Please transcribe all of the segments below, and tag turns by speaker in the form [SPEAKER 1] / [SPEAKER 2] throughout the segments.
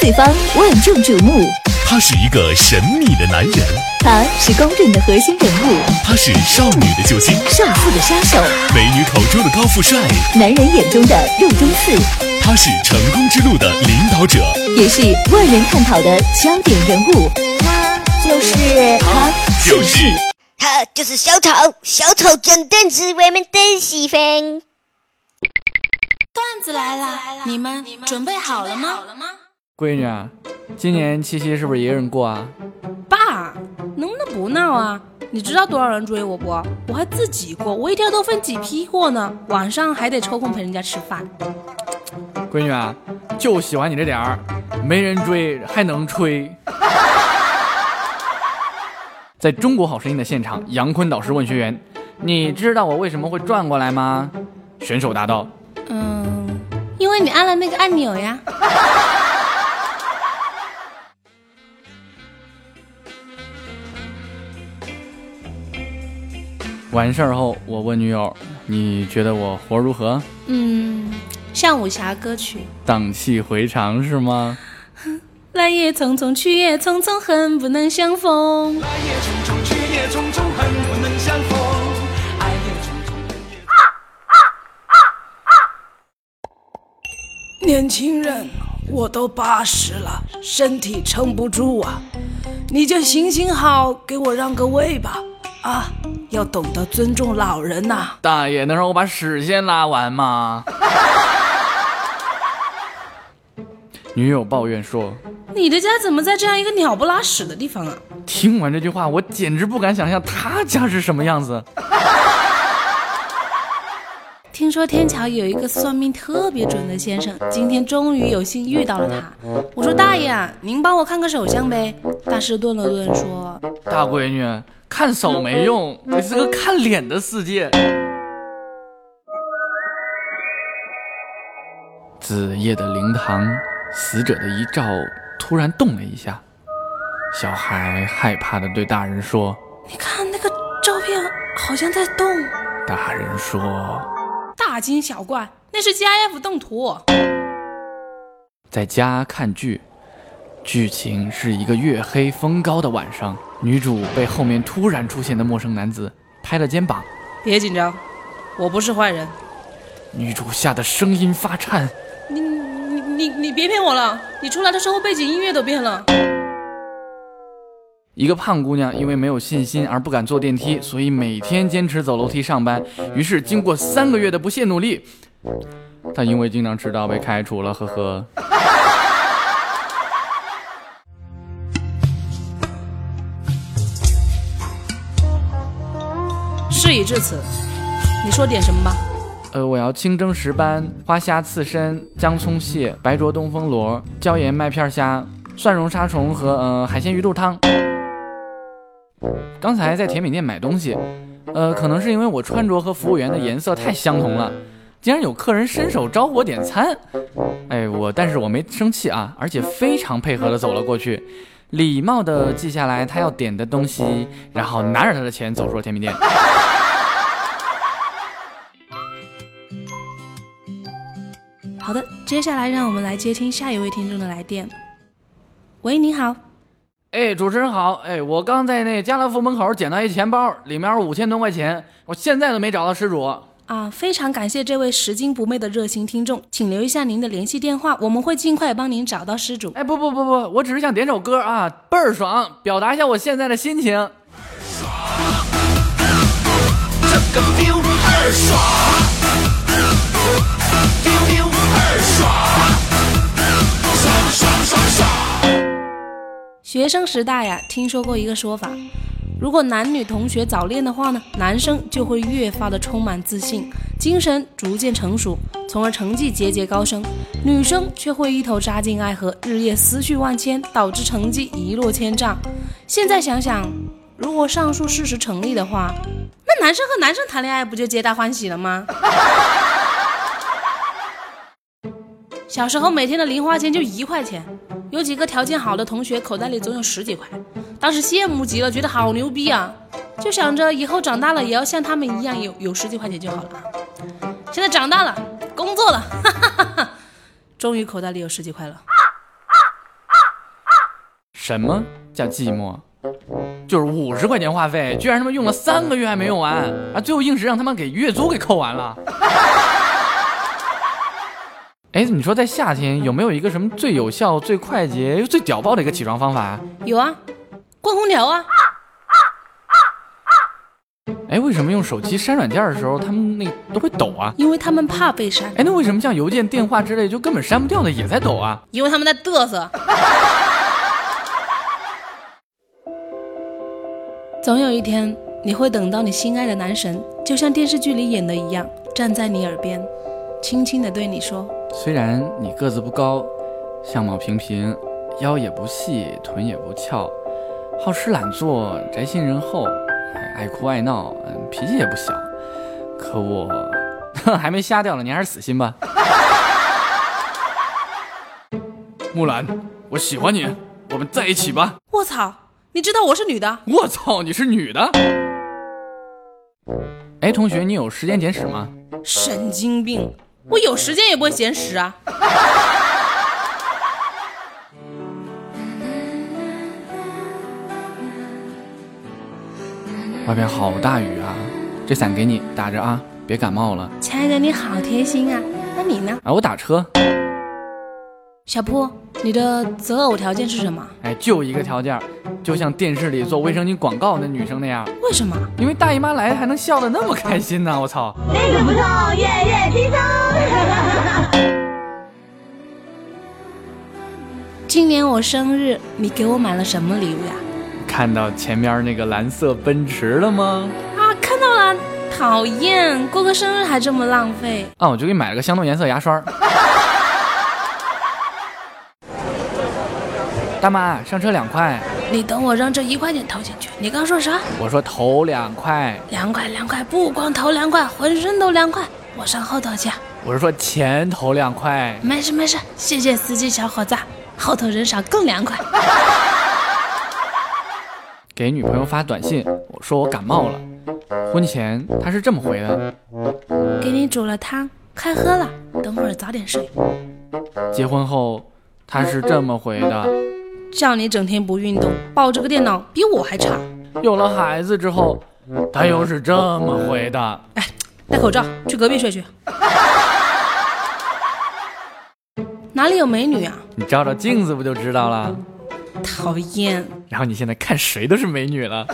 [SPEAKER 1] 对方万众瞩目。
[SPEAKER 2] 他是一个神秘的男人，
[SPEAKER 1] 他是公认的核心人物，
[SPEAKER 2] 他是少女的救星，
[SPEAKER 1] 少妇的杀手，
[SPEAKER 2] 美女口中的高富帅，
[SPEAKER 1] 男人眼中的肉中刺，
[SPEAKER 2] 他是成功之路的领导者，
[SPEAKER 1] 也是万人探讨的焦点人物。
[SPEAKER 3] 他就是
[SPEAKER 1] 他就是
[SPEAKER 3] 他就是小丑，小丑真正是我们的喜欢。
[SPEAKER 4] 段子来了，你们准备好了吗？
[SPEAKER 5] 闺女，啊今年七夕是不是一个人过啊？
[SPEAKER 4] 爸，能不能不闹啊？你知道多少人追我不？我还自己过，我一天都分几批过呢，晚上还得抽空陪人家吃饭。
[SPEAKER 5] 闺女啊，就喜欢你这点儿，没人追还能吹。 在中国好声音的现场，杨坤导师问学员：“你知道我为什么会转过来吗？”选手答道
[SPEAKER 4] 嗯，因为你按了那个按钮呀。
[SPEAKER 5] 完事儿后，我问女友：“你觉得我活如何？
[SPEAKER 4] 嗯，像武侠歌曲。
[SPEAKER 5] 荡气回肠是吗
[SPEAKER 4] 来也匆匆，去也匆匆，恨不能相逢。
[SPEAKER 6] 来也匆匆，去也匆匆，恨不能相逢。爱也匆匆，恨也匆
[SPEAKER 7] 年轻人，我都八十了，身体撑不住啊，你就行行好，给我让个位吧。啊，要懂得尊重老人呐、？”
[SPEAKER 5] 大爷，能让我把屎先拉完吗？ 女友抱怨说
[SPEAKER 4] 你的家怎么在这样一个鸟不拉屎的地方啊？：“
[SPEAKER 5] 听完这句话，我简直不敢想象他家是什么样子。
[SPEAKER 4] 听说天桥有一个算命特别准的先生，今天终于有幸遇到了他。我说大爷啊，您帮我看个手相呗。大师顿了顿说，
[SPEAKER 5] 大闺女，看手没用，你是个看脸的世界。”子夜的灵堂，死者的遗照突然动了一下，小孩害怕的对大人说
[SPEAKER 4] 你看那个照片好像在动。：“
[SPEAKER 5] 大人说，
[SPEAKER 4] 大惊小怪，那是 GIF 动图。
[SPEAKER 5] 在家看剧，剧情是一个月黑风高的晚上，女主被后面突然出现的陌生男子拍了肩膀，
[SPEAKER 4] 别紧张，我不是坏人。
[SPEAKER 5] 女主吓得声音发颤。
[SPEAKER 4] 你你 你你别骗我了！你出来的时候背景音乐都变了。
[SPEAKER 5] 一个胖姑娘因为没有信心而不敢坐电梯，所以每天坚持走楼梯上班。于是经过三个月的不懈努力，她因为经常迟到被开除了，呵呵。
[SPEAKER 4] 事已至此，你说点什么吧。
[SPEAKER 5] 呃，我要清蒸石斑、花虾刺身、姜葱蟹、白灼东风螺、椒盐麦片虾、蒜蓉沙虫和呃海鲜鱼肚汤。刚才在甜品店买东西，呃，可能是因为我穿着和服务员的颜色太相同了，竟然有客人伸手招呼我点餐。哎，我但是我没生气啊，而且非常配合的走了过去，礼貌的记下来他要点的东西，然后拿着他的钱走出了甜品店。
[SPEAKER 4] 好的，接下来让我们来接听下一位听众的来电。喂，你好，
[SPEAKER 5] 哎，主持人好，哎，我刚在那家乐福门口捡到一钱包，里面五千多块钱，我现在都没找到失主。
[SPEAKER 4] 啊，非常感谢这位拾金不昧的热心听众，请留一下您的联系电话，我们会尽快帮您找到失主。
[SPEAKER 5] 哎，不不不不，我只是想点首歌啊，倍儿爽，表达一下我现在的心情。
[SPEAKER 6] 匆。这个 feel 二爽，feel feel 二爽，爽爽爽爽。
[SPEAKER 4] 学生时代呀，听说过一个说法，如果男女同学早恋的话呢，男生就会越发的充满自信，精神逐渐成熟，从而成绩节节高升；女生却会一头扎进爱河，日夜思绪万千，导致成绩一落千丈。现在想想，如果上述事实成立的话，那男生和男生谈恋爱不就皆大欢喜了吗？小时候每天的零花钱就一块钱，有几个条件好的同学口袋里总有十几块，当时羡慕极了，觉得好牛逼啊！就想着以后长大了也要像他们一样有有十几块钱就好了啊。现在 长大了，工作了，哈哈哈哈，终于口袋里有十几块了。
[SPEAKER 5] 什么叫寂寞？就是五十块钱话费，居然他妈用了三个月还没用完啊！最后硬是让他们给月租给扣完了。 哎，你说在夏天有没有一个什么最有效、最快捷又最屌爆的一个起床方法啊？
[SPEAKER 4] 有啊，关空调啊。
[SPEAKER 5] 哎，为什么用手机删软件的时候，他们那都会抖啊？
[SPEAKER 4] 因为他们怕被删，
[SPEAKER 5] 哎，那为什么像邮件、电话之类就根本删不掉的也在抖啊？
[SPEAKER 4] 因为他们在嘚瑟。 总有一天，你会等到你心爱的男神，就像电视剧里演的一样，站在你耳边，轻轻地对你说
[SPEAKER 5] 虽然你个子不高，相貌平平，腰也不细，臀也不翘，好吃懒做，宅心仁厚，哎爱哭爱闹，嗯，脾气也不小，可我 还没瞎掉呢，您还是死心吧。 木兰，我喜欢你，我们在一起吧。：“
[SPEAKER 4] 卧槽，你知道我是女的？
[SPEAKER 5] 我操，你是女的？哎，同学，你有时间简史吗？
[SPEAKER 4] 神经病！我有时间也不会闲时啊。”
[SPEAKER 5] 外边好大雨啊，这伞给你打着啊，别感冒了
[SPEAKER 4] 亲爱的，你好贴心啊。那你呢，
[SPEAKER 5] 啊。我打车，
[SPEAKER 4] 小铺？你的择偶条件是什么？
[SPEAKER 5] 哎，就一个条件儿，就像电视里做卫生巾广告那女生那样，
[SPEAKER 4] 为什么？
[SPEAKER 5] 因为大姨妈来还能笑得那么开心呢、我操！
[SPEAKER 4] 今年我生日，你给我买了什么礼物呀、
[SPEAKER 5] 看到前面那个蓝色奔驰了吗？
[SPEAKER 4] 啊？看到了，讨厌，过个生日还这么浪费。
[SPEAKER 5] 啊，我就给你买了个相同颜色牙刷儿。 大妈，上车两块。
[SPEAKER 4] 你等我让这一块钱投进去。你刚说啥？
[SPEAKER 5] 我说头两块，
[SPEAKER 4] 凉快凉快，不光头凉快，浑身都凉快。我上后头去啊。
[SPEAKER 5] 我是说钱头两块。
[SPEAKER 4] 没事没事，谢谢司机小伙子，啊后头人少更凉快。
[SPEAKER 5] 给女朋友发短信，我说我感冒了。婚前她是这么回的：
[SPEAKER 4] 给你煮了汤，快喝了，等会儿早点睡。
[SPEAKER 5] 结婚后她是这么回的。
[SPEAKER 4] 叫你整天不运动，抱着个电脑比我还差。
[SPEAKER 5] 有了孩子之后，他又是这么回的。
[SPEAKER 4] 哎，戴口罩，去隔壁睡去。 哪里有美女啊？
[SPEAKER 5] 你照照镜子不就知道了？
[SPEAKER 4] 讨厌！
[SPEAKER 5] 然后你现在看谁都是美女了。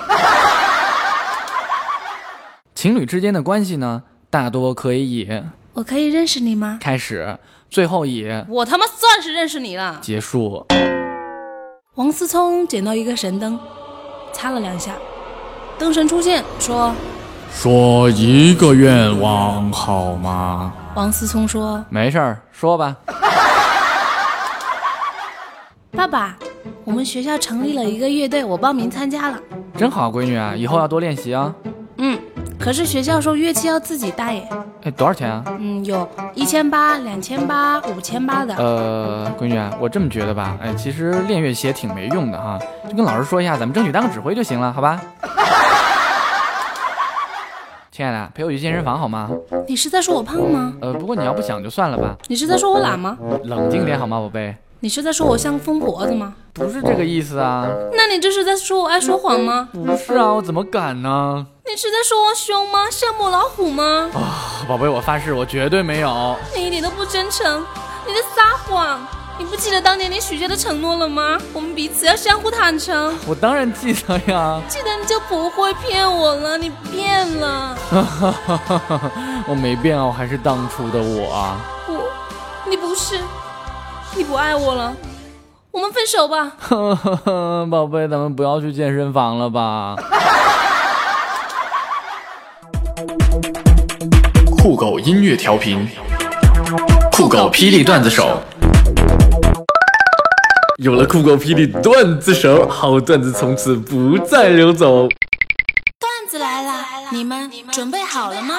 [SPEAKER 5] 情侣之间的关系呢，大多可以以
[SPEAKER 4] 我可以认识你吗？
[SPEAKER 5] 开始，最后以
[SPEAKER 4] 我他妈算是认识你了。
[SPEAKER 5] 结束。
[SPEAKER 4] 王思聪捡到一个神灯，擦了两下，灯神出现，说
[SPEAKER 2] 说一个愿望好吗？：“
[SPEAKER 4] 王思聪说，
[SPEAKER 5] 没事儿，说吧。
[SPEAKER 4] 爸爸，我们学校成立了一个乐队，我报名参加了。
[SPEAKER 5] 真好，闺女啊，以后要多练习啊。
[SPEAKER 4] 嗯，可是学校说乐器要自己带耶。
[SPEAKER 5] 哎，多少钱啊？
[SPEAKER 4] 嗯，有一千八、两千八、五千八的。
[SPEAKER 5] 呃，闺女啊，我这么觉得吧，哎，其实练乐器也挺没用的哈，就跟老师说一下，咱们争取当个指挥就行了，好吧？ 亲爱的，陪我去健身房好吗？
[SPEAKER 4] 你是在说我胖吗？
[SPEAKER 5] 呃，不过你要不想就算了吧，
[SPEAKER 4] 你是在说我懒吗？
[SPEAKER 5] 冷静点好吗，宝贝？
[SPEAKER 4] 你是在说我像疯婆子吗？
[SPEAKER 5] 不是这个意思啊，
[SPEAKER 4] 那你这是在说我爱说谎吗？
[SPEAKER 5] 不是啊，我怎么敢呢？
[SPEAKER 4] 你是在说我凶吗？像母老虎吗？
[SPEAKER 5] 宝贝，我发誓，我绝对没有。
[SPEAKER 4] 你一点都不真诚，你在撒谎。你不记得当年你许下的承诺了吗？我们彼此要相互坦诚，
[SPEAKER 5] 我当然记得呀，
[SPEAKER 4] 记得你就不会骗我了。你变了，
[SPEAKER 5] 我没变啊，我还是当初的我啊。
[SPEAKER 4] 我，你不是，你不爱我了，我们分手吧。
[SPEAKER 5] 宝贝，咱们不要去健身房了吧？
[SPEAKER 2] 酷狗音乐调频，酷狗霹雳段子手。有了酷狗霹雳段子手，好段子从此不再流走。
[SPEAKER 4] 段子来了，你们准备好了吗？